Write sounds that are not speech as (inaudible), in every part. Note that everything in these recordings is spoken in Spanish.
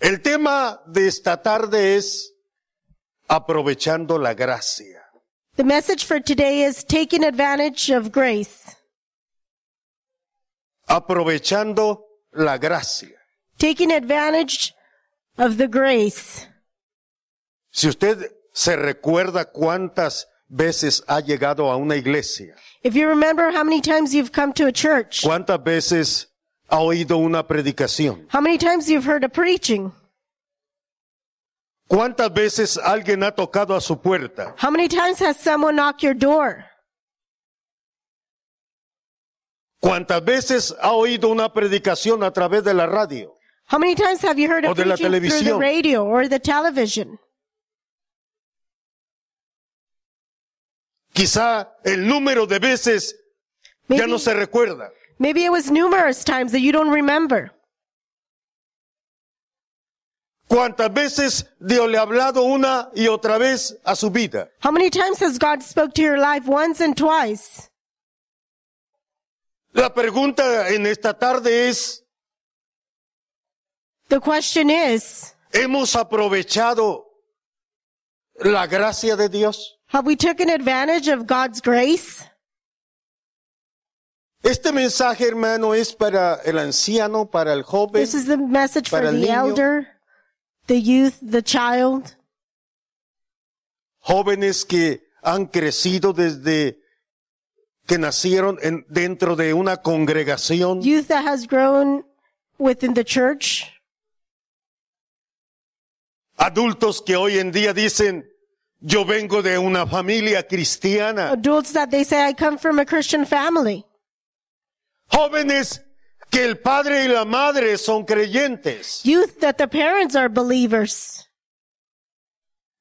El tema de esta tarde es aprovechando la gracia. The message for today is taking advantage of grace. Aprovechando la gracia. Taking advantage of the grace. Si usted se recuerda cuántas veces ha llegado a una iglesia, If you remember how many times you've come to a church, cuántas veces ha oído una predicación, how many times you've heard a preaching, cuántas veces alguien ha tocado a su puerta, how many times has someone knocked your door, cuántas veces ha oído una predicación a través de la radio. how many times have you heard O a de la preaching through the televisión. radio or the television? Quizá el número de veces ya Maybe, no se recuerda. maybe it was numerous times that you don't remember. ¿Cuántas veces Dios le ha hablado una y otra vez a su vida? How many times has God spoke to your life once and twice? La pregunta en esta tarde es, The question is, ¿hemos aprovechado la gracia de Dios? have we taken advantage of God's grace? Este mensaje, hermano, es para el anciano, para el joven. This is the message for para el the niño. elder, the youth, the child. jóvenes que han crecido desde que nacieron en- dentro de una congregación. youth that has grown within the church, Adultos que hoy en día dicen, yo vengo de una familia cristiana. adults that they say, I come from a Christian family, Jóvenes que el padre y la madre son creyentes. youth that the parents are believers.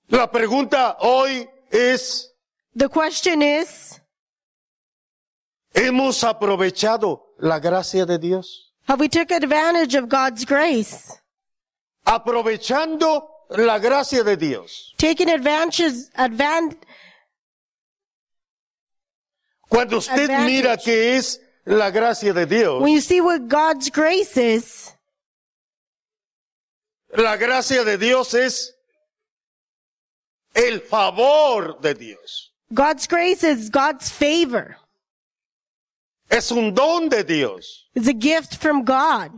La pregunta hoy es, The question is, ¿hemos aprovechado la gracia de Dios? have we took advantage of God's grace? Aprovechando la gracia de Dios. Taking advantages, advan, Cuando usted Advantage. mira que es la gracia de Dios, when you see what God's grace is, La gracia de Dios es el favor de Dios. God's grace is God's favor. Es un don de Dios. It's a gift from God.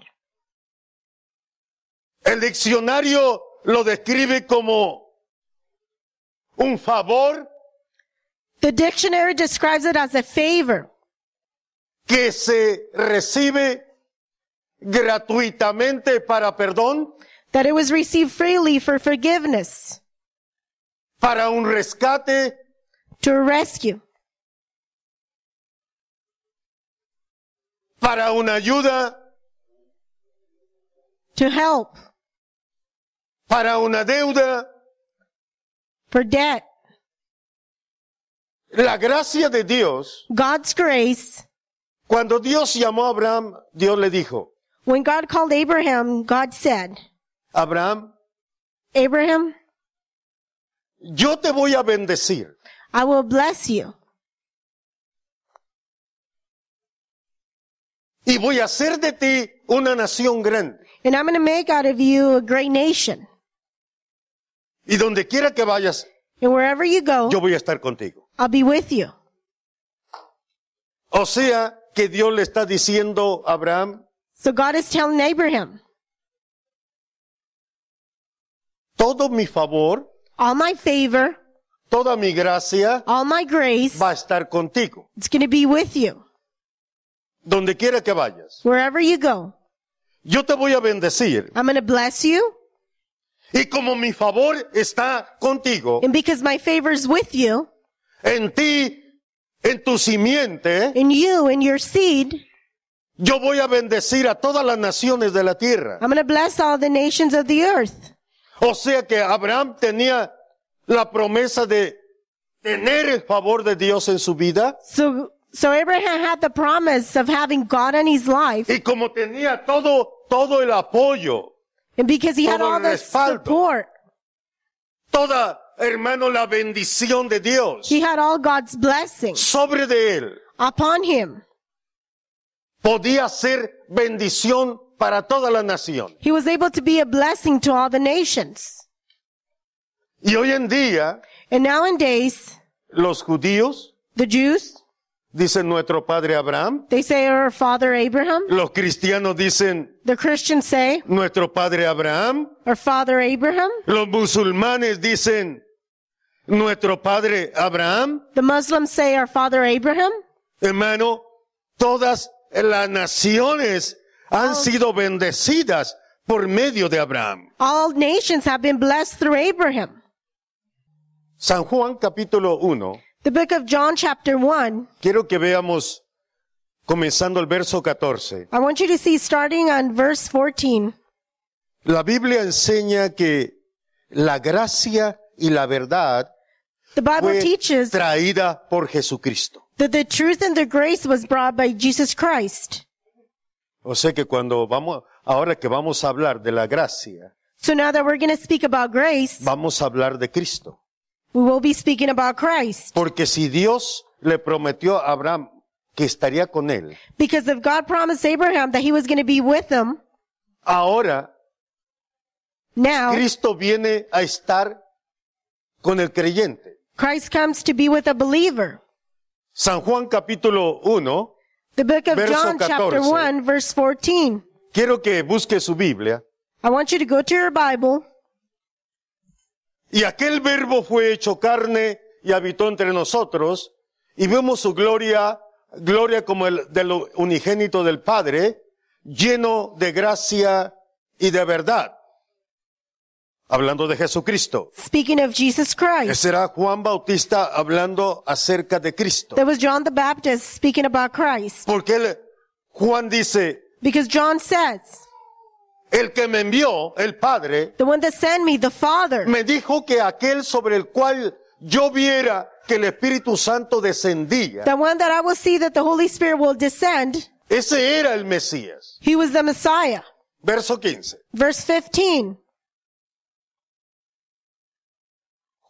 El diccionario lo describe como un favor The dictionary describes it as a favor que se recibe gratuitamente para perdón, that it was received freely for forgiveness, para un rescate, to rescue, para una ayuda, to help, para una deuda. for debt. La gracia de Dios, God's grace, cuando Dios llamó a Abraham, Dios le dijo, when God called Abraham, God said, Abraham, Abraham, yo te voy a bendecir. I will bless you y voy a hacer de ti una nación grande. and I'm going to make out of you a great nation. Y donde quiera que vayas, And wherever you go, yo voy a estar contigo. I'll be with you. O sea que Dios le está diciendo a Abraham, So God is telling Abraham, todo mi favor, all my favor, toda mi gracia all my grace, va a estar contigo. it's going to be with you Donde quiera que vayas. wherever you go. Yo te voy a bendecir. I'm going to bless you. Y como mi favor está contigo, And because my favor's with you en ti, en tu simiente, and you and your seed, yo voy a bendecir a todas las naciones de la tierra. I'm going to bless all the nations of the earth. O sea que Abraham tenía la promesa de tener el favor de Dios en su vida So, so Abraham had the promise of having God in his life. y como tenía todo, todo el apoyo, And because he had Todo el all the respaldo. support, toda, hermano, la bendición de Dios he had all God's blessing sobre de él, upon him. podía ser bendición para toda la nación. He was able to be a blessing to all the nations. Y hoy en día, And nowadays, los judíos the Jews, dicen nuestro padre Abraham, they say our father Abraham. los cristianos dicen The Christians say nuestro padre Abraham, our father Abraham. los musulmanes dicen nuestro padre Abraham. The Muslims say our father Abraham. Hermano, todas las naciones han sido bendecidas por medio de Abraham. All nations have been blessed through Abraham. San Juan capítulo 1. The book of John chapter 1. Quiero que veamos, comenzando el verso 14. I want you to see starting on verse 14. La Biblia enseña que la gracia y la verdad The Bible fue teaches traída por Jesucristo. that the truth and the grace was brought by Jesus Christ. O sea que cuando vamos, ahora que vamos a hablar de la gracia, So now that we're going to speak about grace, vamos a hablar de Cristo. we will be speaking about Christ. Porque si Dios le prometió a Abraham que estaría con él, Because if God promised Abraham that he was going to be with him, ahora now Cristo viene a estar con el creyente. Christ comes to be with a believer. San Juan capítulo 1, The book of Verso John 14. chapter 1 verse 14. quiero que busque su Biblia. I want you to go to your Bible. Y aquel verbo fue hecho carne y habitó entre nosotros, y vemos su gloria, gloria como el del unigénito del Padre, lleno de gracia y de verdad. Hablando de Jesucristo. Speaking of Jesus Christ, Ese era Juan Bautista hablando acerca de Cristo. that was John the Baptist speaking about Christ. Porque él, Juan dice, Because John says, el que me envió, el Padre, the one that sent me, the Father, me dijo que aquel sobre el cual yo viera que el Espíritu Santo descendía, the one that I will see that the Holy Spirit will descend, Ese era el Mesías. he was the Messiah. Verso 15. Verse 15.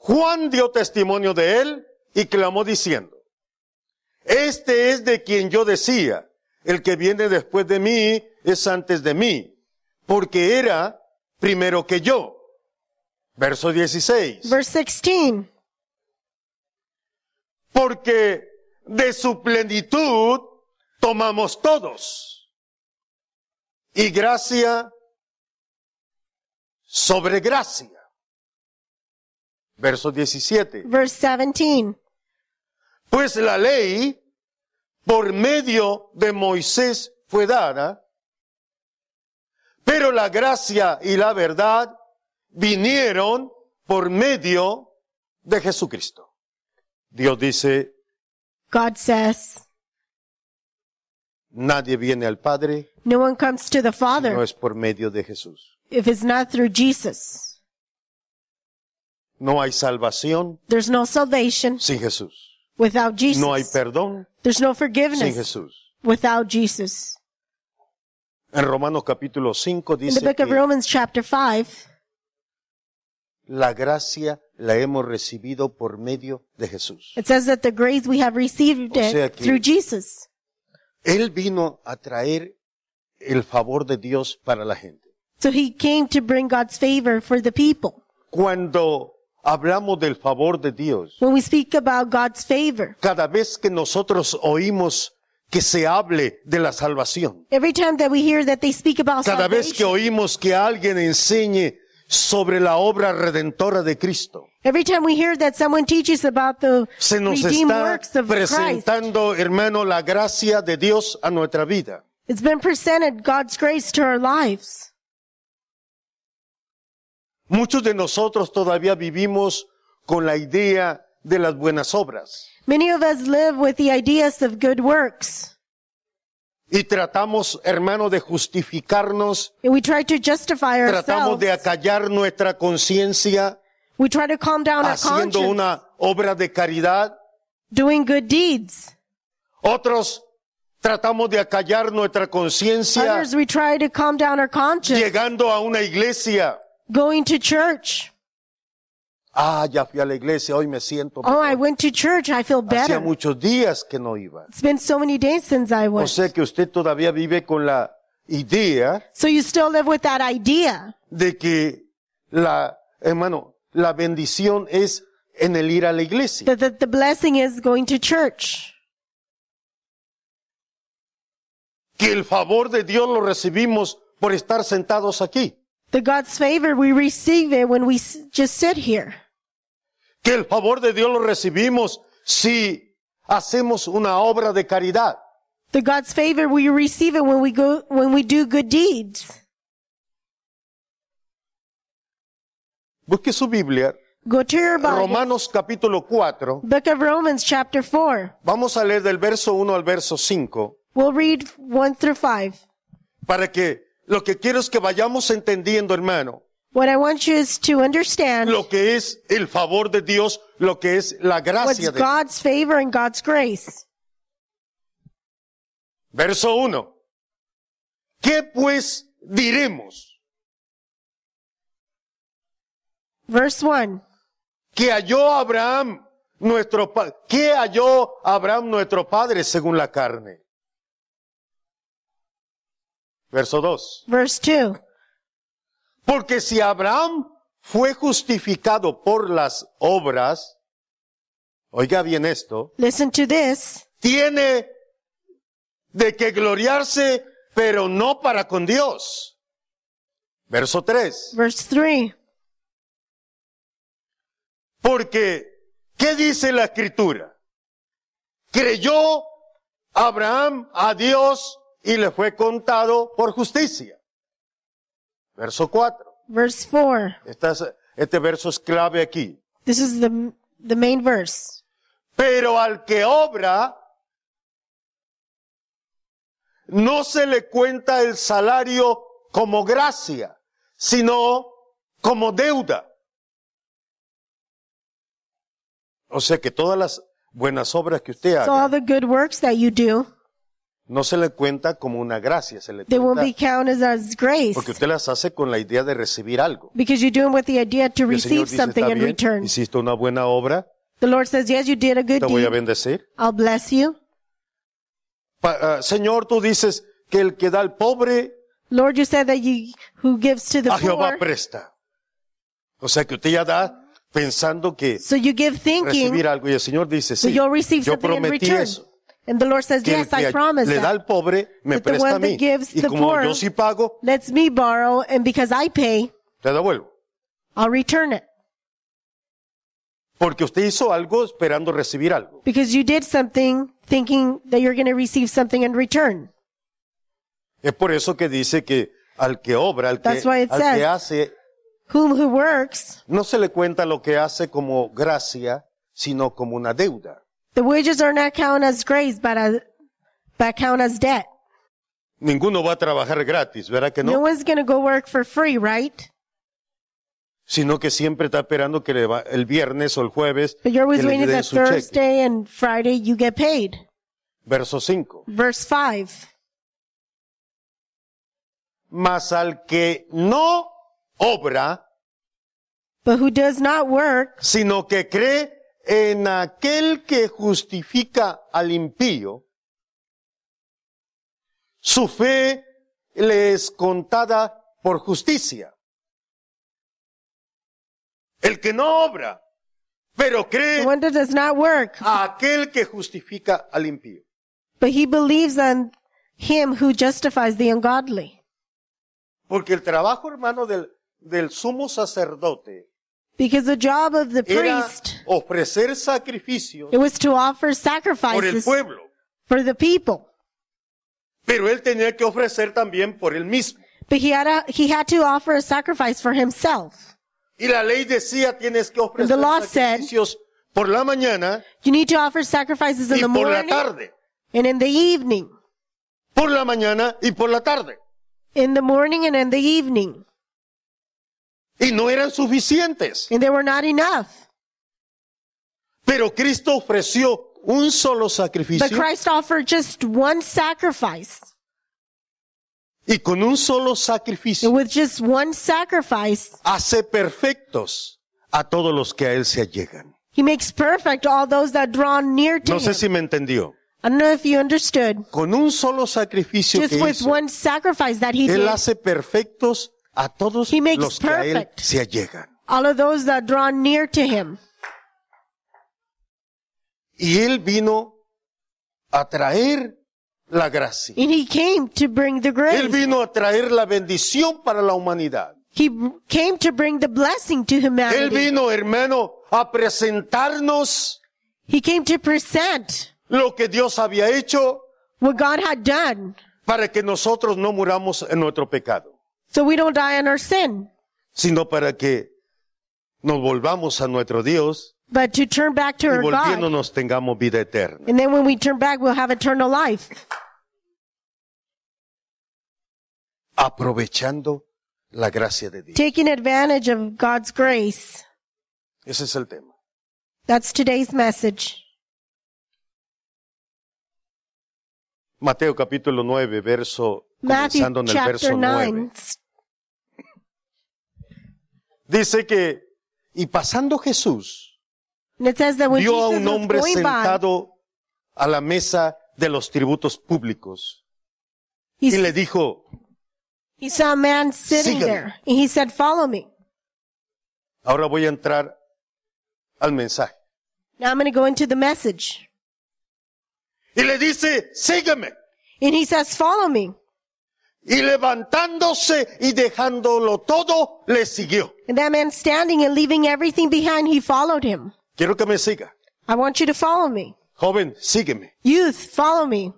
Juan dio testimonio de él y clamó diciendo, Este es de quien yo decía, el que viene después de mí es antes de mí, porque era primero que yo. Verso 16. Verse 16. Porque de su plenitud tomamos todos. Y gracia sobre gracia. Verso 17. Verse 17. Pues la ley por medio de Moisés fue dada, pero la gracia y la verdad vinieron por medio de Jesucristo. Dios dice, God says, nadie viene al Padre no one comes to the si no Father es por medio de Jesús. if it's not through Jesus. No hay salvación There's no salvation sin Jesús. without No hay Jesus. perdón There's no sin forgiveness Jesús. without Jesus. En Romanos capítulo 5 In the dice book of que Romans chapter 5, la gracia la hemos recibido por medio de Jesús. It says that the grace we have received O sea it que- through Jesus. Él vino a traer el favor de Dios para la gente. So he came to bring God's favor for the people. Cuando hablamos del favor de Dios, When we speak about God's favor, cada vez que nosotros oímos que se hable de la salvación, every time that we hear that they speak about cada vez que salvation, oímos que alguien enseñe sobre la obra redentora de Cristo, every time we hear that someone teaches about the se nos redeemed está works of Christ, presentando, hermano, la gracia de Dios a nuestra vida. it's been presented God's grace to our lives. Muchos de nosotros todavía vivimos con la idea de las buenas obras. Many of us live with the ideas of good works, Y tratamos, hermano, de justificarnos, and we try to justify tratamos ourselves. de acallar nuestra conciencia We try to calm down our haciendo conscience, una obra de caridad. doing good deeds. Otros tratamos de acallar nuestra conciencia Others, we try to calm down our conscience. llegando a una iglesia. going to church. Ah, ya fui a la iglesia, hoy me siento Oh, I mejor. went to church. I feel Hacía better. muchos días que no iba. It's been so many days since I O went. sea que usted todavía vive con la idea So you still live with that idea de que la, hermano, la bendición es en el ir a la iglesia. that the, the blessing is going to church. Que el favor de Dios lo recibimos por estar sentados aquí. The God's favor, we receive it when we s- just sit here. Que el favor de Dios lo recibimos si hacemos una obra de caridad. The God's favor, we receive it when we go, when we do good deeds. Busque su Biblia, Go to your Bible. Romanos capítulo 4. Book of Romans chapter 4. Vamos a leer del verso 1 al verso 5. We'll read 1 through 5. Para que lo que quiero es que vayamos entendiendo, hermano, What I want you is to understand lo que es el favor de Dios, lo que es la what's gracia de Dios. God's favor and God's grace. Verso 1. ¿Qué pues diremos? Verse 1. ¿Qué halló Abraham nuestro padre? ¿Qué halló Abraham nuestro padre según la carne? Verso 2. Verse 2. Porque si Abraham fue justificado por las obras, oiga bien esto, Listen to this. tiene de que gloriarse, pero no para con Dios. Verso 3. Verse 3. Porque, ¿qué dice la escritura? Creyó Abraham a Dios y le fue contado por justicia. Verso 4. Verse 4. Esta es- este verso es clave aquí. This is the, the main verse. Pero al que obra, no se le cuenta el salario como gracia, sino como deuda. O sea que todas las buenas obras que usted So all haga, the good works that you do, no se le cuenta como una gracia, se le they won't be cuenta counted as grace porque usted las hace con la idea de recibir algo. because you do them with the idea to Y El Señor receive dice, something "Está in bien, return. hiciste una buena obra, The Lord says, yes, you did a good te voy a deed. bendecir. I'll bless you. Pa- ah, Señor, tú dices que el que da al pobre Lord, you said that you, who gives to the a Ah, Jehová poor. presta. O sea que usted ya da pensando que So you give thinking recibir algo y el Señor dice, So sí, you'll receive yo something in prometí return. eso. And the Lord says, Que el yes, I que promise le da that. al pobre, me That the presta a one mí. that gives Y the como poor- yo sí pago, Let's me borrow, and because I pay, te devuelvo. I'll return it. Porque usted hizo algo esperando recibir algo. Because you did something thinking that you're going to receive something in return. Es por eso que dice que al que obra, al que, That's why it al que says. hace, Whom who works, no se le cuenta lo que hace como gracia, sino como una deuda. the wages are not counted as grace, but as, but count as debt. Ninguno va a trabajar gratis, ¿verdad que No, no? one's going to go work for free, right? Sino que siempre está esperando que le va- el viernes o el jueves But you're always que le waiting den that su cheque. Thursday and Friday you get paid. Verso 5. Verse 5. Mas al que no obra, But who does not work, sino que cree en aquel que justifica al impío, su fe le es contada por justicia. El que no obra, pero the cree one that does not work, a aquel que justifica al impío. But he believes on him who justifies the ungodly. Porque el trabajo, hermano, del, del sumo sacerdote Because the job of the era priest, ofrecer sacrificios it was to offer por el sacrifices pueblo. for the people. Pero él tenía que ofrecer también por él mismo. But he had, a, he had to offer a sacrifice for himself. Y la ley decía tienes que ofrecer The law said- sacrificios por la mañana You need to offer sacrifices in y the por la morning tarde. and in the evening. Por la mañana y por la tarde. In the morning and in the evening. Y no eran suficientes. And they were not enough. Pero Cristo ofreció un solo But sacrificio Christ offered just one sacrifice. y con un solo And sacrificio with just one sacrifice, hace perfectos a todos los que a él se allegan. he makes perfect all those that draw near to No him. sé si me entendió. I don't know if you understood. Con un solo sacrificio Just que with hizo, one sacrifice that he Él did, hace perfectos a todos He makes los que a Él perfect. se allegan. all of those that draw near to him. Y Él vino a traer la gracia. And he came to bring the Él grace. vino a traer la bendición para la humanidad. He b- came to bring the blessing to Él humanity. vino, hermano, a presentarnos He came to present lo que Dios había hecho what God had done para que nosotros no muramos en nuestro pecado, so we don't die in our sin, sino para que nos volvamos a nuestro Dios but to turn back to y our God. volviéndonos tengamos vida eterna. And then when we turn back, we'll have eternal life. Aprovechando la gracia de Dios. Taking advantage of God's grace. Ese es el tema. That's today's message. Mateo capítulo 9, verso, Matthew comenzando en el chapter verso 9. 9. Dice que, y pasando Jesús, And it says that when vio a Jesus un was hombre going by, sentado a la mesa de los tributos públicos he, y le dijo, he saw a man sitting Sígueme. there. And he said, follow me. ahora voy a entrar al mensaje. Now I'm going to go into the message. Y le dice, sígueme. And he says, follow me. Y levantándose y dejándolo todo, le siguió. And that man standing and leaving everything behind, he followed him. Quiero que me siga. I want you to follow me. Joven, sígueme. Youth, follow me.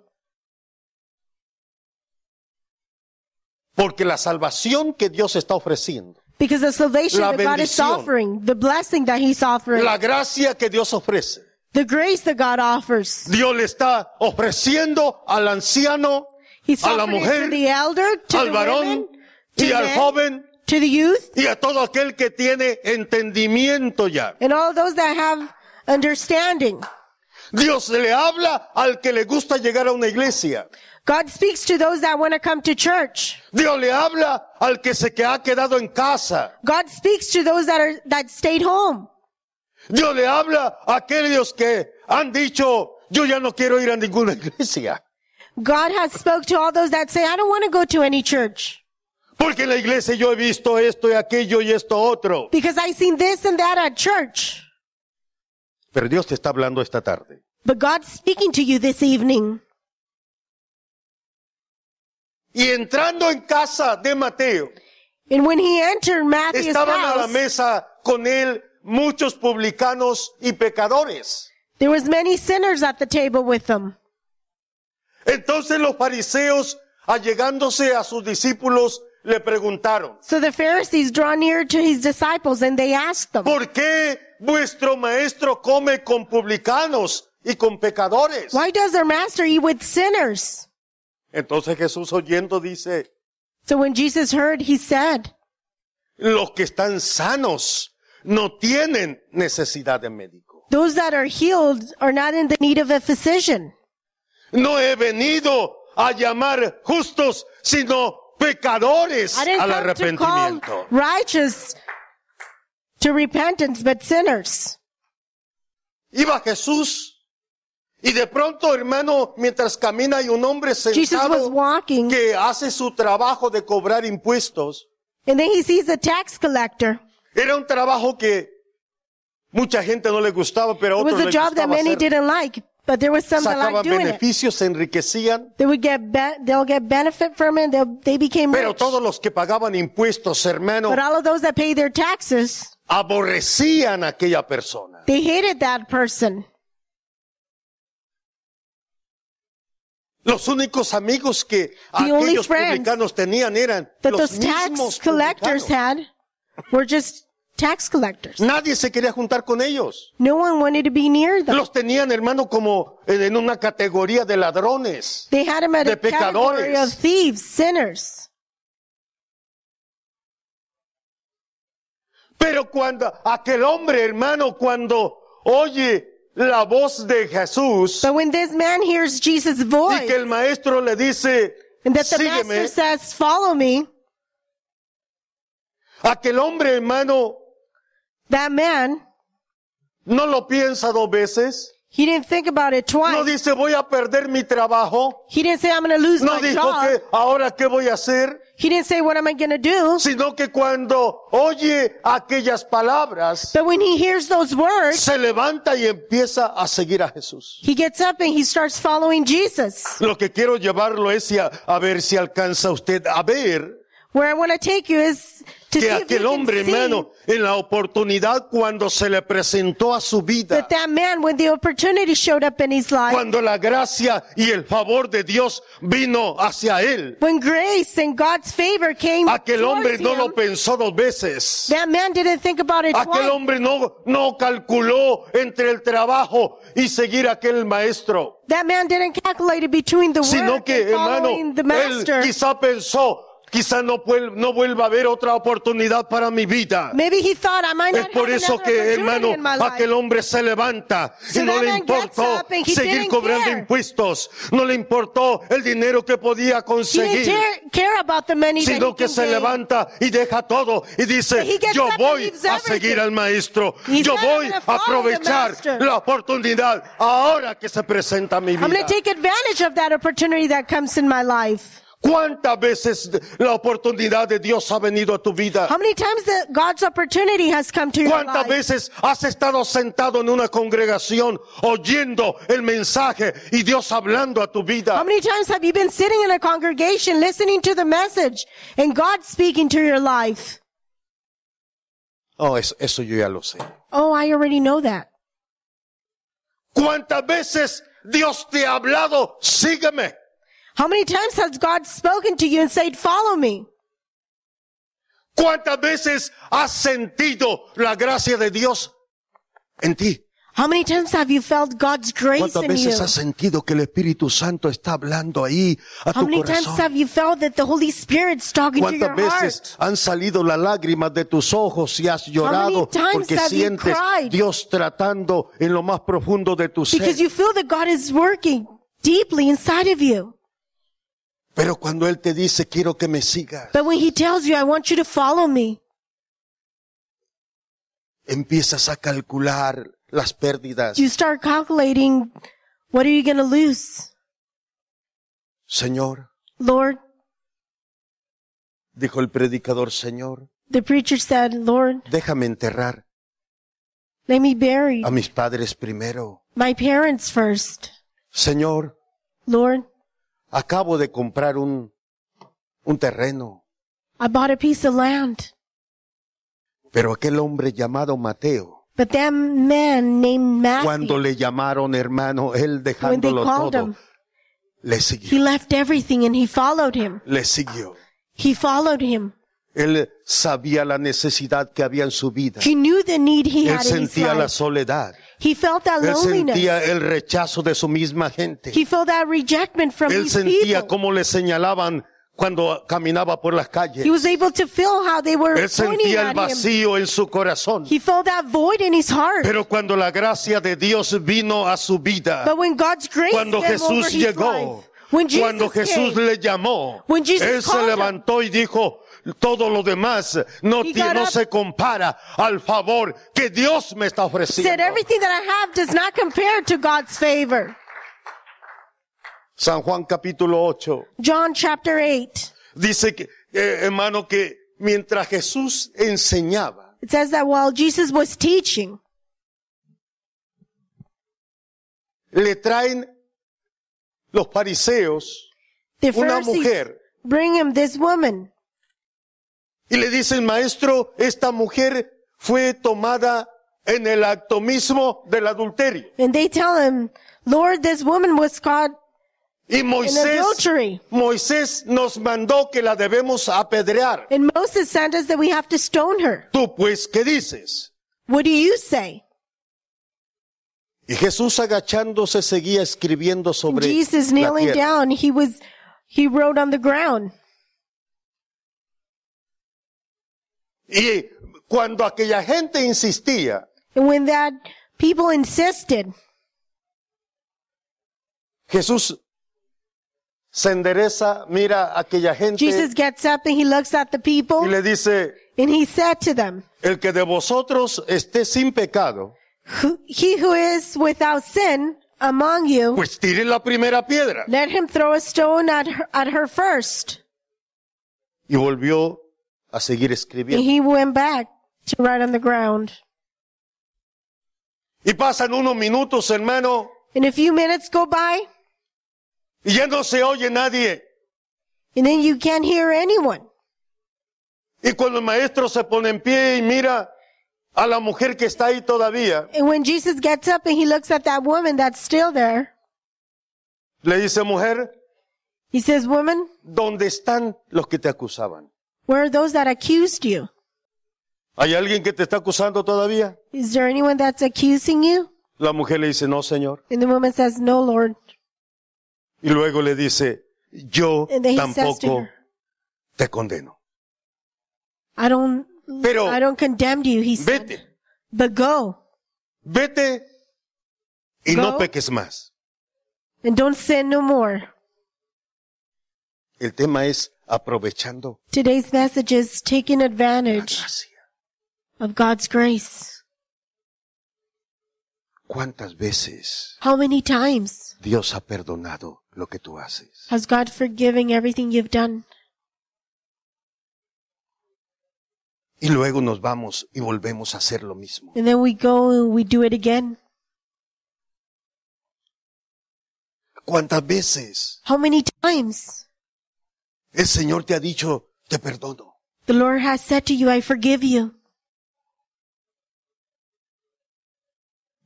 Porque la salvación que Dios está ofreciendo, Because the salvation La that God is bendición. offering, the blessing that he's offering, la gracia que Dios ofrece, the grace that God offers, Dios le está ofreciendo al anciano, he's A la offering it mujer, to the elder, to al the varón women, to, y al men, joven to the youth, y a todo aquel que tiene entendimiento ya. and all those that have understanding. Dios le habla al que le gusta llegar a una iglesia. God speaks to those that want to come to church. Dios le habla al que se que ha quedado en casa. God speaks to those that are, that stayed home. Dios le habla a aquellos que han dicho, yo ya no quiero ir a ninguna (laughs) iglesia. God has spoke to all those that say, I don't want to go to any church Porque en la iglesia yo he visto esto y aquello y esto otro. because I seen this and that at church. Pero Dios te está hablando esta tarde. But God's speaking to you this evening. Y entrando en casa de Mateo, And when he entered Matthew's estaban a la house, mesa con él muchos publicanos y pecadores. there was many sinners at the table with them. Entonces los fariseos, allegándose a sus discípulos, le preguntaron, So the Pharisees draw near to his disciples and they asked them, ¿por qué vuestro maestro come con publicanos y con pecadores? why does their master eat with sinners? Entonces Jesús oyendo dice, So when Jesus heard, he said, los que están sanos no tienen necesidad de médico. those that are healed are not in the need of a physician. No he venido a llamar justos, sino pecadores I didn't al come to call arrepentimiento. righteous to repentance, but sinners. Iba Jesús y de pronto, hermano, mientras camina hay un hombre Jesus was sentado walking que hace su trabajo de cobrar impuestos. and then he sees a tax collector. Era un trabajo que mucha gente no le gustaba, pero a It was otros a les job that gustaba many hacer. didn't like, but there was some that Sacaban liked doing it. beneficios, se enriquecían, They would get be- they'll get benefit from it. They'll, they became pero rich. todos los que pagaban impuestos, hermano, But all of those that paid their taxes, aborrecían a aquella persona. they hated that person. Los únicos amigos que only aquellos friends publicanos tenían eran That los those tax mismos collectors publicanos. had were just tax collectors. Nadie se quería juntar con ellos. No one wanted to be near them. Los tenían, hermano, como en en una categoría de ladrones. They had them at de a category pecadores. of thieves, sinners. Pero cuando aquel hombre, hermano, cuando oye la voz de Jesús But when this man hears Jesus' y que voice el maestro le dice, and that the sígueme, master says, follow me, aquel hombre, hermano, that man, no lo piensa dos veces, He didn't think about it No twice. dice voy a perder mi trabajo. he didn't say, I'm going to lose No my dijo job. que ahora qué voy a hacer. He didn't say, what am I going to do? Sino que cuando oye aquellas palabras, But when he hears those words, se levanta y empieza a seguir a Jesús. he gets up and he starts following Jesus. Lo que quiero llevarlo es si a, a ver si alcanza usted a ver Where I want to take you is to que see if you aquel can hombre, see hermano, en la oportunidad cuando se le presentó a su vida, that that man, when the opportunity showed up in his life, cuando la gracia y el favor de Dios vino hacia él, when grace and God's favor came aquel towards hombre no him, lo pensó dos veces. that man didn't think about it Aquel twice. hombre no, no calculó entre el trabajo y seguir a aquel maestro, That man didn't calculate it between the sino work que, and hermano, following the él master. quizá pensó, quizá no, puel- no vuelva a haber otra oportunidad para mi vida. Maybe he thought I might Es not por have eso another que, opportunity hermano, in my life. aquel hombre se levanta y So no that le man importó gets up and he seguir didn't cobrando care. impuestos, no le importó el dinero que podía he didn't conseguir, care, care about the money that sino he que can se gain. levanta y deja todo y dice, He gets yo up and voy leaves a everything. seguir al maestro, He's yo not voy gonna a follow the aprovechar master. la oportunidad ahora que se presenta mi I'm going vida. to take advantage of that opportunity that comes in my life. ¿Cuántas veces la oportunidad de Dios ha venido a tu vida? How many times the, God's opportunity has come to your ¿Cuántas life? veces has estado sentado en una congregación oyendo el mensaje y Dios hablando a tu How vida? many times have you been sitting in a congregation listening to the message and God speaking to your life? Oh, eso, eso yo ya lo sé. Oh, I already know that. ¿Cuántas veces Dios te ha hablado? Sígueme. How many times has God spoken to you and said, follow me? ¿Cuántas veces has sentido la gracia de Dios en ti? How many times have you felt God's grace ¿Cuántas in you? veces has sentido que el Espíritu Santo está hablando ahí a How tu many times corazón? have you felt that the Holy Spirit's talking to your ¿Cuántas heart? veces han salido las lágrimas de tus ojos y has llorado times porque have you sientes cried? Dios tratando en lo más profundo de tu ser? Because you feel that God is working deeply inside of you. Pero cuando Él te dice, quiero que me sigas, But when He tells you, I want you to follow me, empiezas a calcular las pérdidas. you start calculating, what are you going to lose? Señor, Lord, dijo el predicador, Señor, the preacher said, Lord, déjame enterrar let me bury a mis padres primero. my parents first. Señor, Lord, acabo de comprar un, un terreno. I bought a piece of land. Pero aquel hombre llamado Mateo, But that man named cuando Matthew, le llamaron hermano, él when they dejándolo called todo, him, le he siguió, left everything and he followed him. le siguió. He followed him. Él sabía la necesidad que había en su vida. He knew the need he Él had in his sentía la life. soledad. He felt that Él loneliness. sentía el rechazo de su misma gente. He felt that rejectment from Él these sentía people. cómo le señalaban cuando caminaba por las calles. He was able to feel how they were Él pointing sentía el at him. vacío en su corazón. He felt that void in his heart. Pero cuando la gracia de Dios vino a su vida, But when God's grace came cuando over Jesús his llegó, life, when Jesus cuando Jesús came, le llamó, When Jesus Él se called him. levantó y dijo, todo lo demás no, He ti- got no up. se compara al favor que Dios me está said, ofreciendo. everything that I have does not compare to God's favor. San Juan capítulo 8 John chapter 8. dice que, eh, hermano, que mientras Jesús enseñaba, It says that while Jesus was teaching, le traen los fariseos the Una Pharisees mujer. bring him this woman. y le dicen, maestro, esta mujer fue tomada en el acto mismo del adulterio. And they tell him, Lord, this woman was caught Y in Moisés, adultery. Moisés nos mandó que la debemos apedrear. And Moses sent us that we have to stone her. Tú pues, ¿qué dices? What do you say? Y Jesús agachándose seguía escribiendo sobre la Jesus kneeling tierra. down, he was, he wrote on the ground. Y cuando aquella gente insistía, And when that people insisted, Jesús se endereza, mira a aquella gente Jesus gets up and he looks at the y people le dice, and he said to them, El que de vosotros esté sin pecado, Who- He who is without sin among you, Pues tire la primera piedra. let him throw a stone at her, at her first. Y volvió a seguir And escribiendo. he went back to write on the ground. Y pasan unos minutos, hermano, And a few minutes go by, y ya no se oye nadie. and then you can't hear anyone. Y cuando el maestro se pone en pie y mira a la mujer que está ahí todavía, And when Jesus gets up and he looks at that woman that's still there, le dice, mujer, he says, Woman, ¿dónde están los que te acusaban? where are those that accused you? ¿Hay alguien que te está acusando todavía? Is there anyone that's accusing you? La mujer le dice, no, señor. And the woman says, No, Lord. Y luego le dice, yo And then he says to tampoco her, te condeno. I don't, Pero- I don't condemn you, he said. Vete, But go vete y no Go. peques más. and don't sin no more. El tema es aprovechando Today's message is taking la advantage gracia. of God's grace. ¿Cuántas veces How many times Dios ha perdonado lo que tú haces? has God forgiven everything you've done? Y luego nos vamos y volvemos a hacer lo mismo. And then we go and we do it again. ¿Cuántas veces How many times el Señor te ha dicho, te perdono? the Lord has said to you, I forgive you.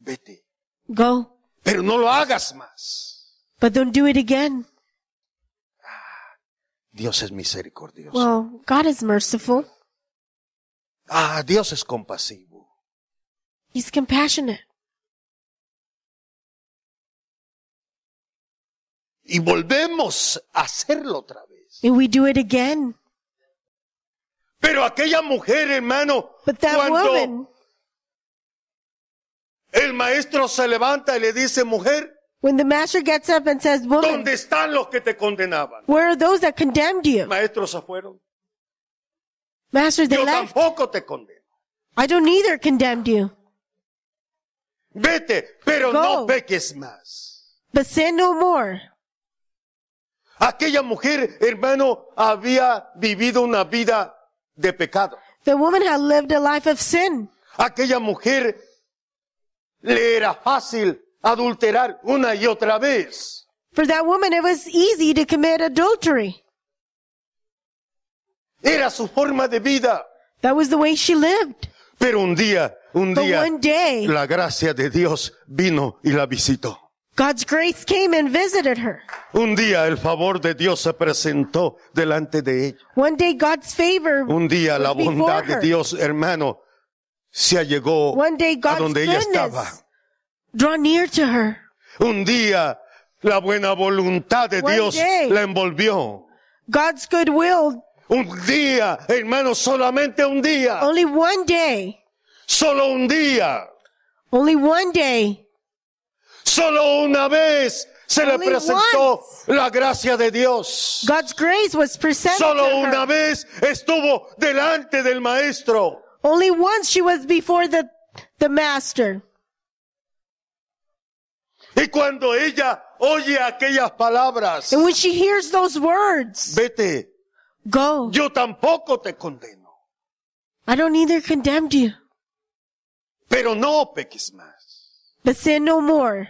Vete. Go, Pero no lo hagas más. but don't do it again. Dios es misericordioso. Well, God is merciful. Ah, Dios es compasivo. He's compassionate. Y volvemos a hacerlo otra vez. And we do it again. Pero aquella mujer, hermano, But that cuando woman, el maestro se levanta y le dice, mujer, when the master gets up and says, Woman, ¿dónde están los que te condenaban? where are those that condemned you? Maestros se fueron. Master, they Yo left. tampoco te condeno. I don't either condemned you. Vete, pero Go. no peques más. But sin no more. Aquella mujer, hermano, había vivido una vida de pecado. The woman had lived a life of sin. Aquella mujer le era fácil adulterar una y otra vez. For that woman, it was easy to commit adultery. Era su forma de vida. That was the way she lived. Pero un día, un But día, one day, la gracia de Dios vino y la visitó. God's grace came and visited her. Un día el favor de Dios se presentó delante de ella. One day, God's favor. Un día la was before bondad de her. Dios, hermano, se allegó One day, a God's donde ella goodness estaba. draw near to her. Un día la buena voluntad de One Dios day. la envolvió. God's goodwill. Un día, hermano, solamente un día, Only one day. solo un día, Only one day. solo una vez se le Only presentó la gracia de Dios. God's grace was presented Solo to her. una vez estuvo delante del maestro. Only once she was before the, the master. Y cuando ella oye aquellas palabras, And when she hears those words, vete, go. yo tampoco te condeno, I don't either condemn you, pero no peques más. but sin no more.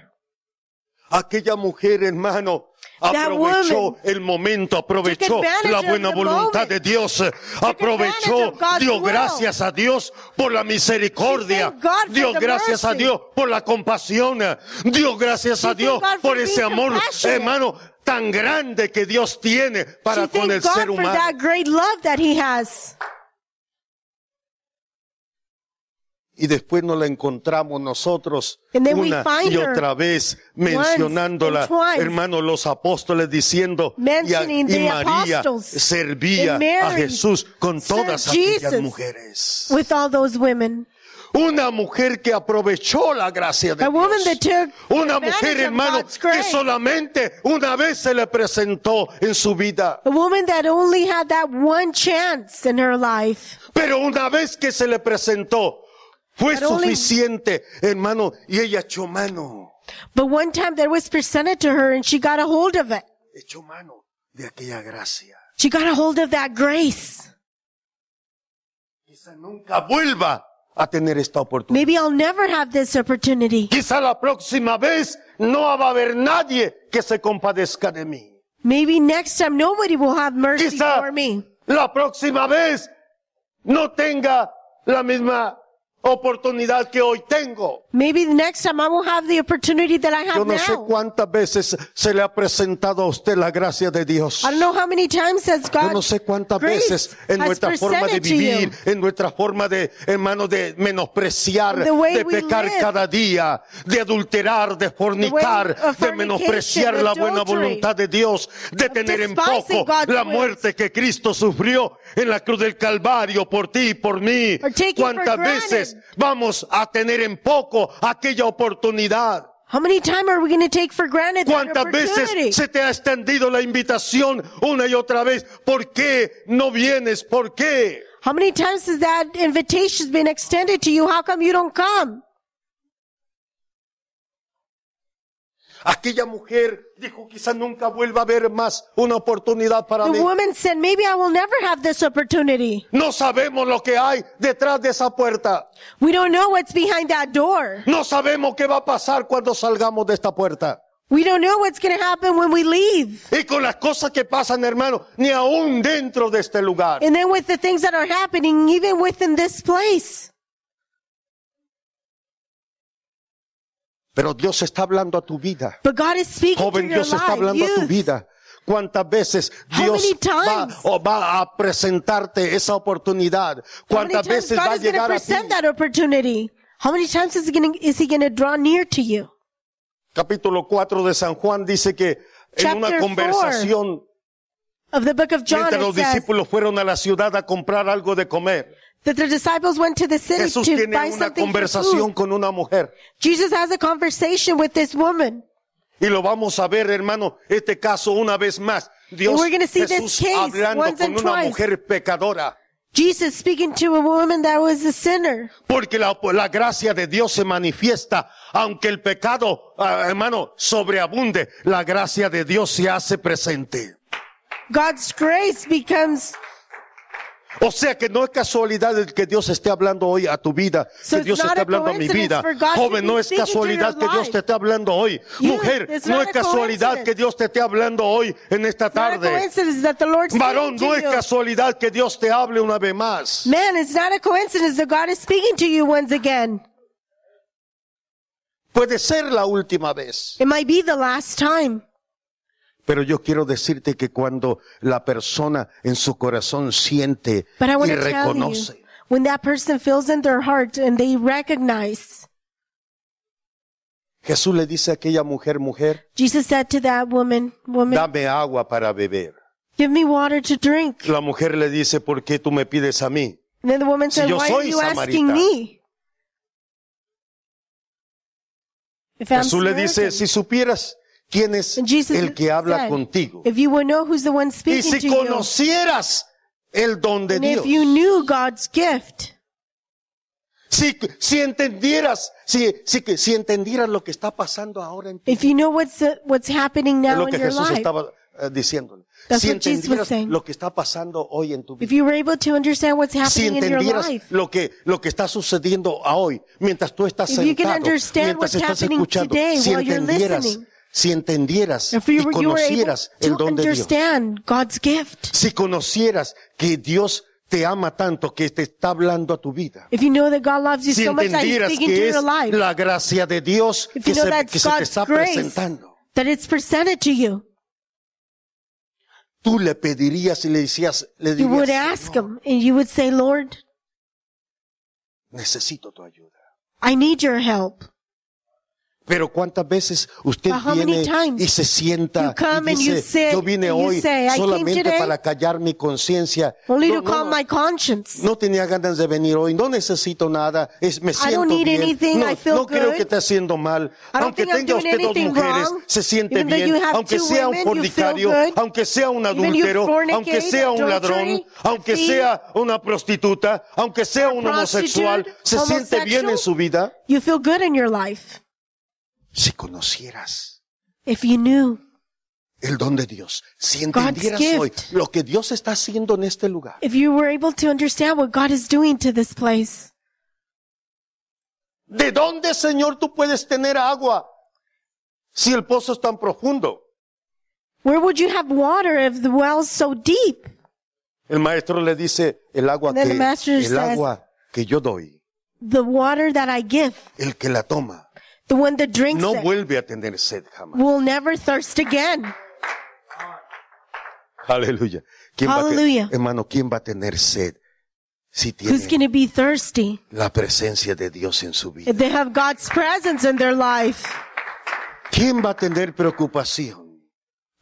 Aquella mujer, hermano, That aprovechó woman el momento, aprovechó took advantage la of buena the voluntad moment. de Dios, advantage aprovechó, of God's dio will. gracias a Dios por la misericordia, She thanked God for dio the gracias a mercy. Dios por la compasión, dio gracias She a Dios thanked God for por ese being amor, compassionate. hermano, tan grande que Dios tiene para She con el thanked God ser for humano. that great love that he has. Y después nos la encontramos nosotros And then we una find y her otra vez once mencionándola, and twice. hermanos, los apóstoles diciendo, y, a- Mentioning y the María apostles servía and Mary a Jesús con served todas aquellas Jesus. mujeres. With all those women. Una mujer que aprovechó la gracia de A woman that Dios. took Una advantage mujer, of hermano, God's que grace. solamente una vez se le presentó en su vida. A woman that only had that one chance in her life. Pero una vez que se le presentó, Fue But only- suficiente, hermano, y ella echó mano, But one time that was presented to her and she got a hold of it. echó mano de aquella gracia. She got a hold of that grace. Quizá nunca vuelva a tener esta oportunidad. Maybe I'll never have this opportunity. Quizá la próxima vez no va a haber nadie que se compadezca de mí. Maybe next time nobody will have mercy Quizá for me. la próxima vez no tenga la misma oportunidad que hoy tengo. Maybe the next time I will have the opportunity that I have Yo no sé now. cuántas veces se le ha presentado a usted la gracia de Dios. I don't know how many times has God Yo no sé cuántas grace veces en has nuestra forma de presented to you. vivir, en nuestra forma de, hermano, de menospreciar, The way de we pecar live. cada día, de adulterar, de fornicar, of de menospreciar la buena adultery. voluntad de Dios, de tener en despising poco God's la will. muerte que Cristo sufrió en la cruz del Calvario por ti y por mí. Or taking for ¿Cuántas granted. veces vamos a tener en poco aquella oportunidad? How many times are we going to take for granted that ¿Cuántas opportunity? veces se te ha extendido la invitación una y otra vez? ¿Por qué no vienes? ¿Por qué? How many times has that invitation been extended to you? How come you don't come? Aquella mujer dijo, quizá nunca vuelva a haber más una oportunidad para The mí. woman said, maybe I will never have this opportunity. No sabemos lo que hay detrás de esa puerta. We don't know what's behind that door. No sabemos qué va a pasar cuando salgamos de esta puerta. We don't know what's going to happen when we leave. Y con las cosas que pasan, hermano, ni aún dentro de este lugar. And then with the things that are happening, even within this place. Pero Dios está hablando a tu vida. But God is speaking Joven, to your Dios está life. hablando a tu Youth. vida. ¿Cuántas veces How Dios many times? va, o va a presentarte esa oportunidad? How many ¿Cuántas times veces va God a is going to llegar a ti? present that opportunity? How many times is he going to, is he going to draw near to you? Capítulo 4 de San Juan dice que en una Chapter four. conversación Of the book of John, mientras it los says discípulos fueron a la ciudad a comprar algo de comer. that the disciples went to the city Jesús to tiene buy una something for food. conversación con una mujer. Jesus has a conversation with this woman. Y lo vamos a ver, hermano, este caso una vez más. Dios And we're gonna see Jesús this case hablando once con and una twice. mujer pecadora. Jesus speaking to a woman that was a sinner. Porque la, la gracia de Dios se manifiesta, aunque el pecado, ah, hermano, sobreabunde, la gracia de Dios se hace presente. God's grace becomes, O sea que no es casualidad el que Dios esté hablando hoy a tu vida, So que it's Dios not esté a hablando a mi coincidence vida. for God to Joven, be no es speaking to casualidad your que Dios life. te esté hablando hoy. Youth, Mujer, it's no not es a casualidad que coincidence. Dios te esté hablando hoy en esta not a tarde. coincidence that the Lord Varón, speaking no to es you. casualidad que Dios te hable una vez más. Man, it's not a coincidence that God is speaking to you once again. Puede ser la última vez. It might be the last time. Pero yo quiero decirte que cuando la persona en su corazón siente But I want y to tell you, reconoce, when that person feels in their heart and they recognize, Jesús le dice a aquella mujer, mujer, Jesus said to that woman, woman, dame agua para beber. give me water to drink. La mujer le dice, ¿por qué tú me pides a mí? And then the woman Si said, yo why are soy you asking Samarita." me? If I'm Jesús le dice, Samaritan. si supieras quién es And Jesus el que habla said, contigo If you would know who's the one y speaking to si you, conocieras el don de and if Dios, you knew God's gift, si, si entendieras, si, si, si entendieras lo que está pasando ahora en ti, if you know what's uh, what's happening es now lo in que your Jesús life, estaba eh, diciéndole. That's Si what Jesus was entendieras saying. lo que está pasando hoy en tu vida. if you were able to understand what's si happening in your entendieras life, lo que, lo que está sucediendo a hoy, mientras tú estás If you can sentado, understand mientras what's estás happening escuchando, today si while you're entendieras, listening. si entendieras if y you, were- you were able conocieras el to don de Dios, understand God's gift, si conocieras que Dios te ama tanto que te está hablando a tu vida, if you know that God loves you si so much that He's entendieras speaking to que es your life, la gracia de Dios If que you know se, that's que se te God's está grace. presentando, that it's presented to you, tú le pedirías y le decías, le you would dirías, ask Him and you would say, Lord, necesito tu ayuda. I need your help. Pero cuántas veces usted But how viene many times y se sienta you come y and you dice, sit yo vine and you hoy say, "I came solamente today para callar mi conciencia. only No, to calm no, my conscience. no tenía ganas de venir hoy, no necesito nada, es, me siento don't need bien. anything, no, I feel no creo good. que esté haciendo mal. don't Aunque think I'm tenga doing usted dos anything mujeres, wrong. se siente Even though bien, you have aunque two sea un women, you feel fornicario, good. aunque sea un Even you adultero, fornicate, aunque sea un ladrón, adultery, aunque thief, sea una prostituta, aunque sea un homosexual, prostitute, se siente bien homosexual. en su vida. You feel good in your life Si conocieras if you knew el don de Dios, si God's entendieras gift. hoy lo que Dios está haciendo en este lugar, if you were able to understand what God is doing to this place. ¿de dónde, Señor, tú puedes tener agua si el pozo es tan profundo? Where would you have water if the well's so deep? El maestro le dice, el agua, And then que, the master el says- agua que yo doy, The water that I give, el que la toma, the one that drinks no it, vuelve a tener sed jamás. will never thirst again. Aleluya. ¿Quién va a te- Aleluya. hermano, ¿quién va a tener sed si Who's tiene going to be thirsty la presencia de Dios en su vida? if they have God's presence in their life? ¿Quién va a tener preocupación?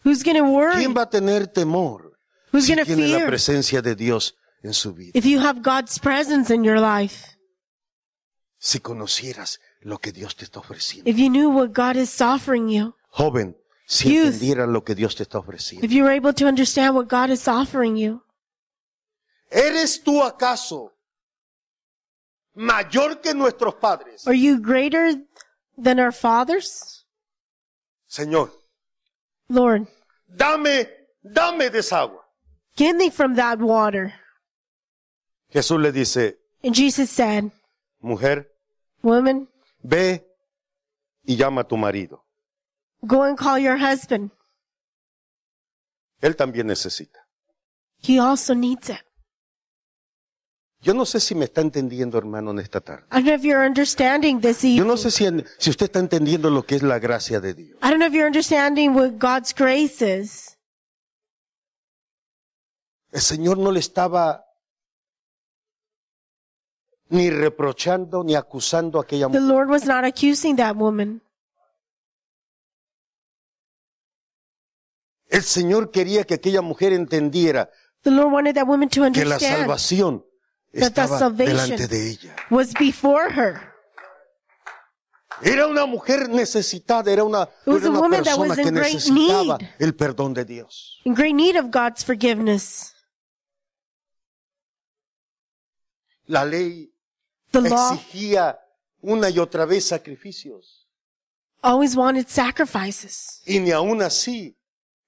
Who's going to worry? ¿Quién va a tener temor Who's si going to tiene la fear presencia de Dios en su vida? if you have God's presence in your life? Si conocieras lo que Dios te está ofreciendo. If you knew what God is offering you, Joven, si Youth. entendieras lo que Dios te está ofreciendo. if you were able to understand what God is offering you, ¿Eres tú acaso mayor que nuestros padres? are you greater than our fathers? Señor, Lord, dame, dame de esa agua. give me from that water. Jesús le dice, And Jesus said, mujer, Woman, ve y llama a tu marido. go and call your husband. Él también necesita. He also needs it. Yo no sé si me está entendiendo, hermano, en esta tarde. I don't know if you're understanding this Yo evening. no sé si, en- si usted está entendiendo lo que es la gracia de Dios. I don't know if you're understanding what God's grace is. El Señor no le estaba ni reprochando ni acusando a aquella The mujer. Lord was not accusing that woman. El Señor quería que aquella mujer entendiera The Lord wanted that woman to que la understand salvación that the estaba salvation- delante de ella. was before her. Era una mujer necesitada, era una, was era a una woman that persona was in que great necesitaba need. el perdón de Dios. In great need of God's forgiveness. La ley The law exigía una y otra vez sacrificios always wanted sacrifices. y ni aun así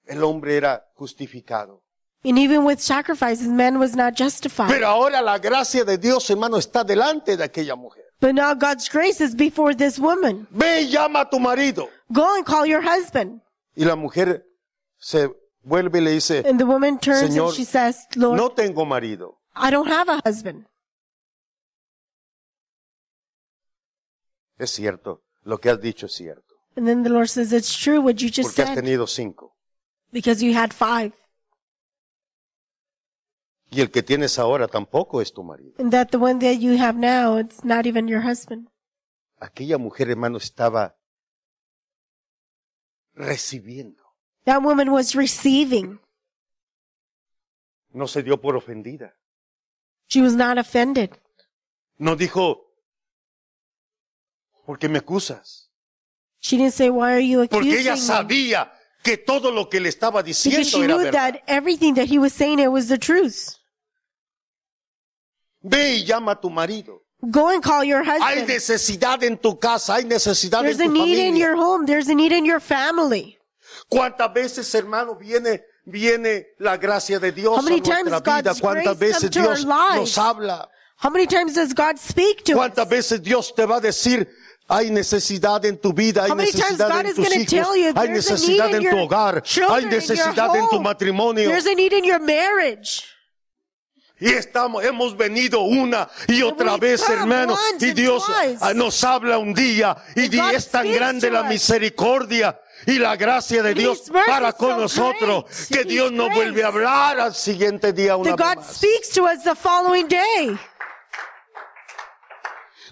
el hombre era justificado. And even with sacrifices, man was not justified. Pero ahora la gracia de Dios, hermano, está delante de aquella mujer. But now God's grace is before this woman. Ve y llama a tu marido. Go and call your husband. Y la mujer se vuelve y le dice, And the woman turns Señor, and she says, Lord, no tengo marido. I don't have a husband. Es cierto, lo que has dicho es cierto. And then the Lord says, It's true what you just Porque has said tenido cinco. because you had five, Y el que tienes ahora tampoco es tu marido. and that the one that you have now, it's not even your husband. Aquella mujer, hermano, estaba recibiendo. That woman was receiving. No se dio por ofendida. She was not offended. No dijo, porque me acusas. She didn't say, Why are you Porque accusing ella me? sabía que todo lo que le estaba Because diciendo she era knew verdad. that everything that he was saying, it was the truth. Ve y llama a tu marido. Go and call your Hay husband. necesidad en tu casa, hay necesidad There's a en tu need in familia. your home. There's a need in your family. ¿Cuántas veces, hermano, viene, viene la gracia de Dios How many a nuestra times God's vida? ¿Cuántas grace veces come to our Dios lives? nos habla? How many times does God speak to ¿Cuántas us? veces Dios te va a decir, hay necesidad en tu vida, hay How many times necesidad God en is tus gonna hijos, tell you hay there's a need necesidad in en tu your hogar, children, hay in your necesidad en tu home. matrimonio? There's a need in your marriage. Y estamos, hemos venido una y otra we've vez, come hermano, once y and Dios twice. ah, nos habla un día y And di- God es tan speaks grande to la us. misericordia y la gracia de And Dios His mercy para is con so nosotros great. que His Dios nos grace. vuelve a hablar al siguiente día una That vez God más. speaks to us the following day.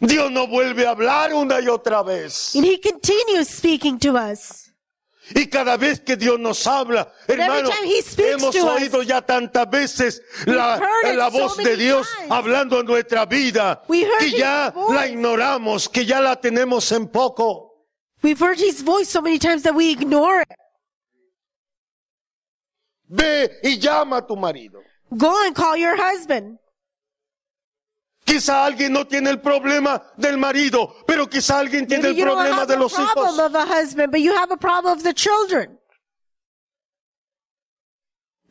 Dios no vuelve a hablar una y otra vez. And he continues speaking to us. Y cada vez que Dios nos habla, every hermano, time He speaks hemos to us, oído ya tantas veces la, heard it la so voz de many Dios times. hablando en nuestra vida, We heard que His ya voice. la ignoramos, que ya la tenemos en poco. We've heard his voice so many times that we ignore it. Ve y llama a tu marido. Go and call your husband. Quizá alguien no tiene el problema del marido, pero quizá alguien tiene Maybe el you don't problema have de a los problem hijos. of a husband, but you have a problem of the children.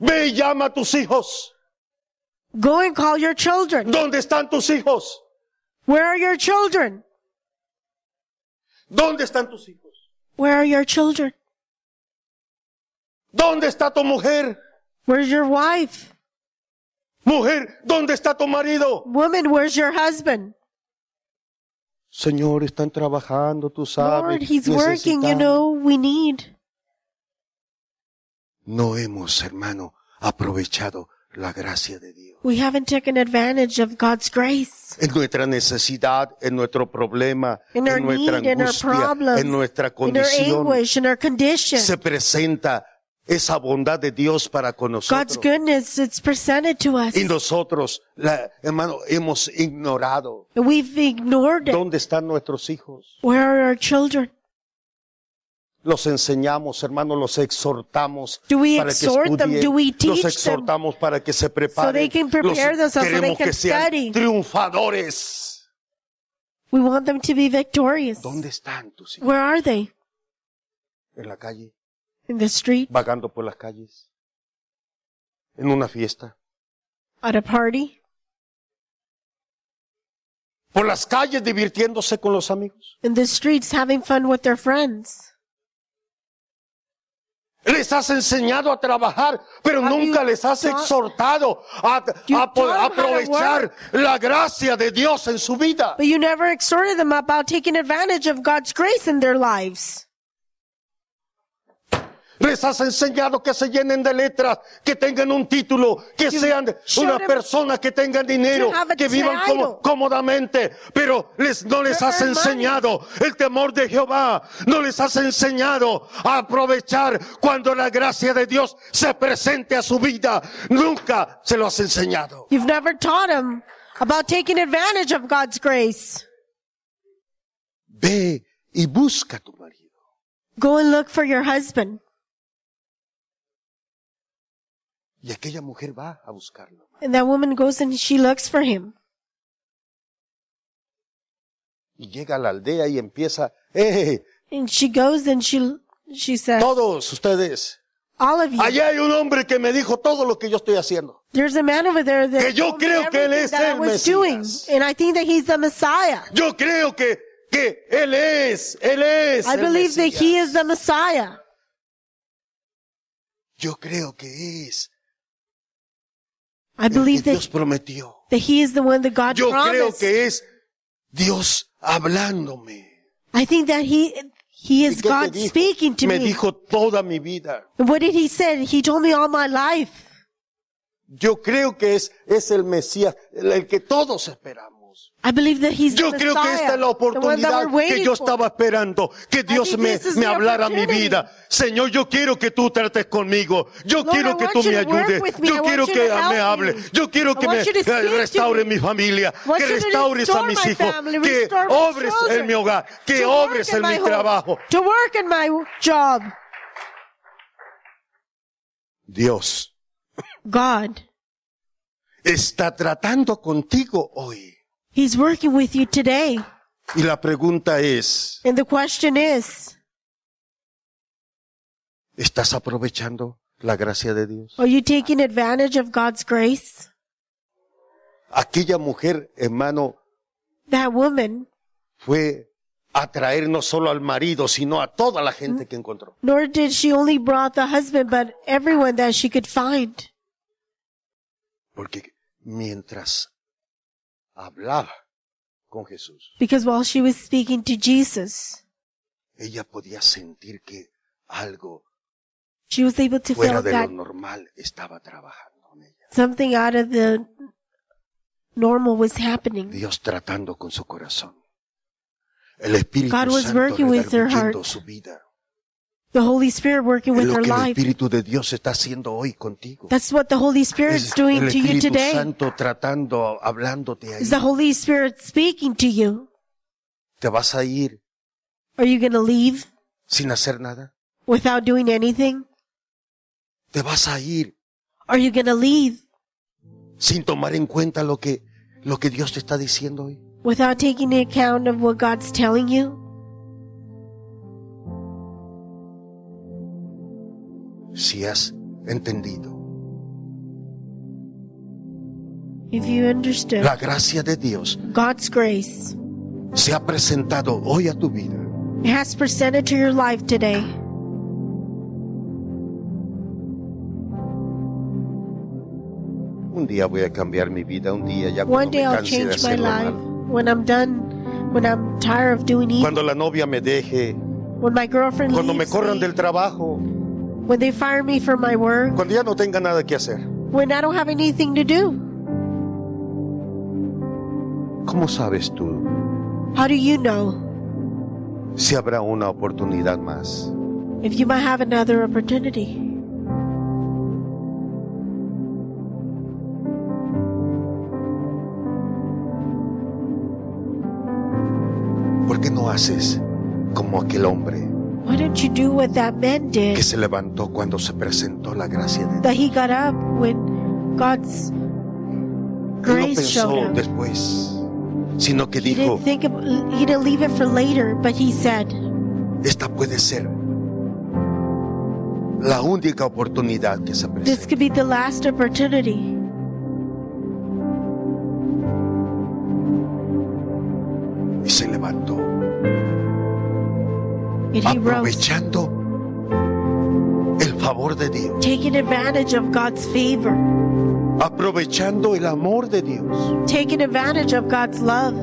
Ve y llama a tus hijos. Go and call your children. ¿Dónde están tus hijos? Where are your children? ¿Dónde están tus hijos? Where are your children? ¿Dónde está tu mujer? Where's your wife? Mujer, ¿dónde está tu marido? Woman, where's your husband? Señor, están trabajando, tú sabes. Lord, he's working, necesitamos. you know, we need. No hemos, hermano, aprovechado la gracia de Dios. We haven't taken advantage of God's grace. En nuestra necesidad, en nuestro problema, In our en nuestra need, in our angustia, problems, en nuestra in our condición. anguish, in our condition. se presenta esa bondad de Dios para con God's nosotros. goodness, it's presented to us. Y nosotros, la- hermano, hemos ignorado And We've ignored it. dónde están nuestros hijos. Where are our children? Los enseñamos, hermano, los exhortamos Do we para que exhort them? estudien. Do we teach los them? exhortamos para que se preparen. they can prepare los, themselves so they queremos can que sean study. triunfadores. We want them to be victorious. ¿Dónde están tus hijos? Where are they? En la calle, In the street? vagando por las calles, en una fiesta. At a party? Por las calles divirtiéndose con los amigos. In the streets having fun with their friends? Les has enseñado a trabajar, pero Have nunca you les has taught- exhortado a, You a po- taught 'em how to aprovechar la gracia de Dios en su vida. But you never exhorted them about taking advantage of God's grace in their lives. Les has enseñado que se llenen de letras, que tengan un título, que You sean showed una them persona, que tengan dinero, to have a que vivan como- title. cómodamente, pero les, no les To has earn enseñado el temor de Jehová, no les has enseñado a aprovechar cuando la gracia de Dios se presente a su vida. Nunca se lo has enseñado. You've never taught them about taking advantage of God's grace. Ve y busca a tu marido. Go and look for your husband. Y aquella mujer va a buscarlo. And that woman goes and she looks for him. Y llega a la aldea y empieza, ¡eh! And she goes and she, she says, Todos ustedes, all of you, allá hay un hombre que me dijo todo lo que yo estoy haciendo. There's a man over there that Que yo told me creo que él everything es that I el was Mesías. doing, and I think that he's the Messiah. Yo creo que, que él es, él es. I el believe that he Mesías. is the Messiah. Yo creo que es. I el que believe Dios that, prometió. that he is the one that God Yo creo promised. que es Dios hablándome. I think that he he ¿Y is qué te God dijo? speaking to me me. dijo toda mi vida. And What did he say? He told me all my life. Yo creo que es, es el Mesías, el- el que todos esperamos. I believe that he's Yo the creo que esta Messiah, es la the one that oportunidad we're waiting que yo for. estaba esperando, que Dios think me, this is me the hablara a mi opportunity. vida. Señor, yo quiero que tú trates conmigo. Yo Lord, quiero I que want tú you me to work ayudes. with me. I Yo want quiero you que to help me me. hable. Yo quiero I que want me you to eh, speak to restaure me. mi familia, want que you to restaures a restore mis my hijos, family, que restore my obres en children, mi hogar, que to work obres in en my mi home, trabajo. to work in my job. Dios God, está tratando contigo hoy. he's working with you today. Y la pregunta es, And the question is, ¿estás aprovechando la gracia de Dios? Are you taking advantage of God's grace? Aquella mujer, hermano, That woman, fue atraer no solo al marido, sino a toda la gente que encontró. nor did she only brought the husband, but everyone that she could find. Porque mientras hablaba con Jesús, Because while she was speaking to Jesus, ella podía sentir que algo she was able to fuera feel de lo that normal estaba trabajando en ella. something out of the normal was happening. Dios tratando con su corazón. El Espíritu God was Santo working with their redarguyendo heart. su vida. The Holy Spirit working Es with lo their que el life. Espíritu de Dios está haciendo hoy contigo. That's what the Holy Es Spirit's el doing to you Espíritu today. Santo tratando, hablándote ahí. Is the Holy Spirit speaking to you? ¿Te vas a ir Are you going to leave sin hacer nada? without doing anything? ¿Te vas a ir Are you going to leave sin tomar en cuenta lo que, lo que Dios te está diciendo hoy? without taking into account of what God's telling you? Si has entendido. If you understood La gracia de Dios God's grace se ha presentado hoy a tu vida. has presented to your life today, Un día voy a cambiar mi vida, un día ya one cuando day me I'll canse de change my hacerlo life. mal. When I'm done, when I'm tired of doing evil, Cuando la novia me deje, when my girlfriend cuando me leaves corran me, del trabajo, when they fire me for my work, cuando ya no tenga nada que hacer. when I don't have anything to do. ¿Cómo sabes tú How do you know si habrá una oportunidad más? if you might have another opportunity? ¿Por qué no haces como aquel hombre Why don't you do what that man did? que se levantó cuando se presentó la gracia de Dios? that he got up when God's Él no grace pensó showed up. después, sino que He dijo, didn't think of, he didn't leave it for later, but he said, esta puede ser la única oportunidad que se "This presenta. could be the last opportunity." Y se levantó, And he rose, aprovechando el favor de Dios. taking advantage of God's favor, aprovechando el amor de Dios, taking advantage of God's love,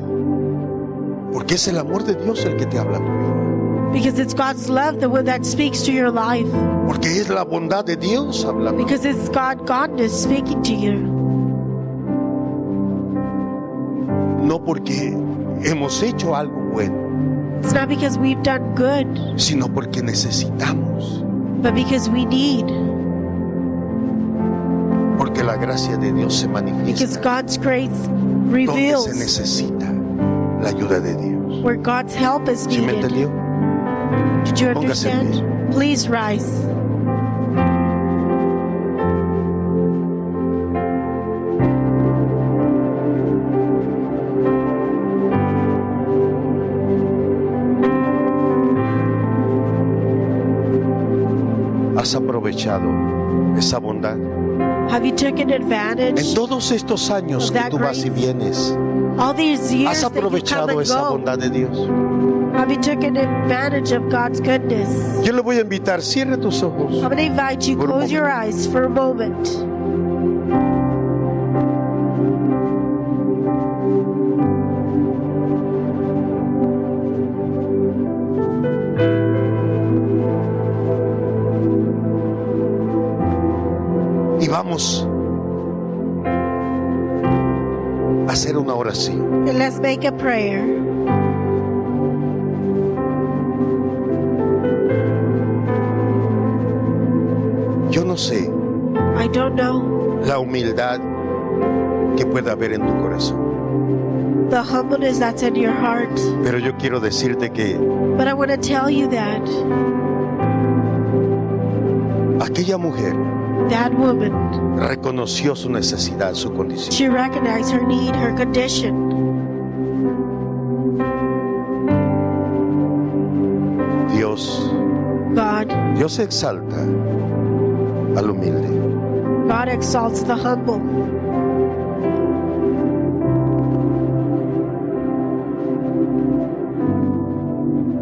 porque es el amor de Dios el que te habla a tu vida, because it's God's love that that speaks to your life, porque es la bondad de Dios hablando. because it's God Godness speaking to you, No porque hemos hecho algo bueno, it's not because we've done good, sino porque necesitamos, but because we need, porque la gracia de Dios se because manifiesta God's grace donde se reveals necesita la ayuda de Dios. where God's help is ¿Sí me needed. entendió? Did you Póngase en understand? Please rise. Has aprovechado esa bondad. Have you taken advantage En todos estos años que tú vas y vienes, all these years has that you come aprovechado and esa go? bondad de Dios. Have you taken advantage of God's goodness? Yo le voy a invitar, cierra tus ojos. I'm going to invite you, Por un close your momento. eyes for a moment. y vamos a hacer una oración. And let's make a prayer. Yo no sé I don't know la humildad que pueda haber en tu corazón, the humbleness that's in your heart, pero yo quiero decirte que but I want to tell you that aquella mujer that woman, reconoció su necesidad, su condición. she recognized her need, her condition. Dios, God, Dios exalta al humilde. God exalts the humble.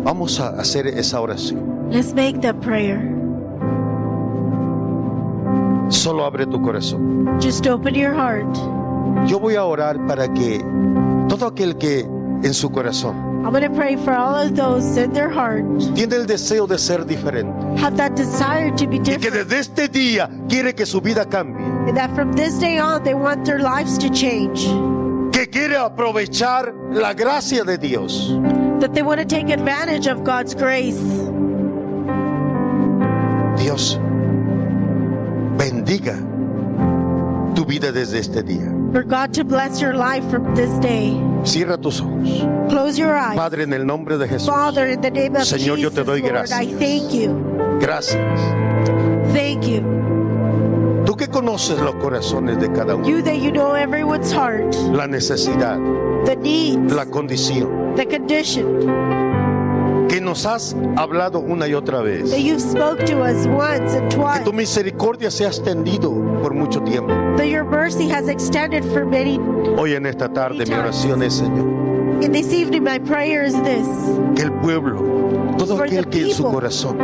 Vamos a hacer esa oración. Let's make that prayer. Solo abre tu corazón. Just open your heart. Yo voy a orar para que todo aquel que en su corazón I'm going to pray for all of those in their heart tiene el deseo de ser diferente. have that desire to be y que different, desde este día quiere que su vida cambie, and that from this day on they want their lives to change, que quiere aprovechar la gracia de Dios, that they want to take advantage of God's grace. Dios bendiga tu vida desde este día. For God to bless your life from this day. Cierra tus ojos. Close your eyes. Padre, en el nombre de Jesús, Father, in the name of Señor, yo Jesus, te doy Lord, I gracias. thank you. gracias. Thank you. Tú que conoces los corazones de cada uno, You that you know everyone's heart, la necesidad, the need, la condición, the condition, que nos has hablado una y otra vez. that you've spoke to us once and Que twice, tu misericordia se ha extendido por mucho tiempo. that your mercy has extended for many. Hoy en esta tarde mi oración es, Señor, And this evening, my prayer is this que el pueblo, todo For aquel the que en su people. corazón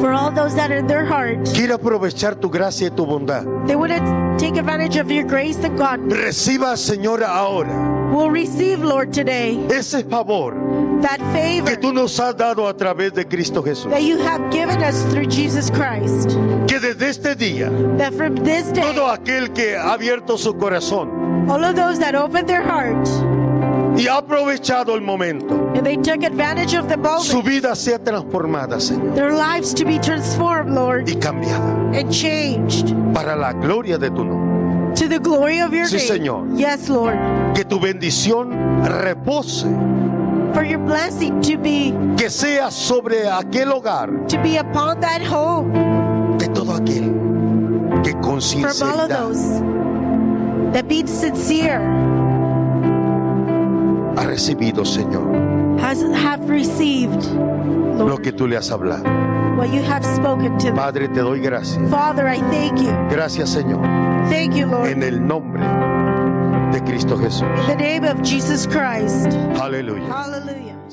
for all those that are in their heart, quiera aprovechar tu gracia y tu bondad, they want to take advantage of your grace and God. reciba, Señor, ahora will receive, Lord, today ese favor that favor que tú nos has dado a través de Cristo Jesús. that you have given us through Jesus Christ. Que desde este día, That from this day, todo aquel que ha abierto su corazón all of those that opened their heart y ha aprovechado el momento, and they took advantage of the su moment, vida sea transformada, Señor, their lives to be transformed, Lord, y cambiada and changed para la gloria de tu nombre. to the glory of your Sí, name. Señor. Yes, Lord. Que tu bendición repose, For your blessing to be que sea sobre aquel hogar to be upon that home de todo aquel que con from all of sinceridad those that being sincere ha recibido, Señor, has have received lo Lord, que tú le has hablado. what you have spoken to them. Padre, te doy gracias. Father, I thank you. Gracias, Señor, Thank you, Lord. en el nombre de Cristo Jesús. In the name of Jesus Christ. Aleluya. Hallelujah.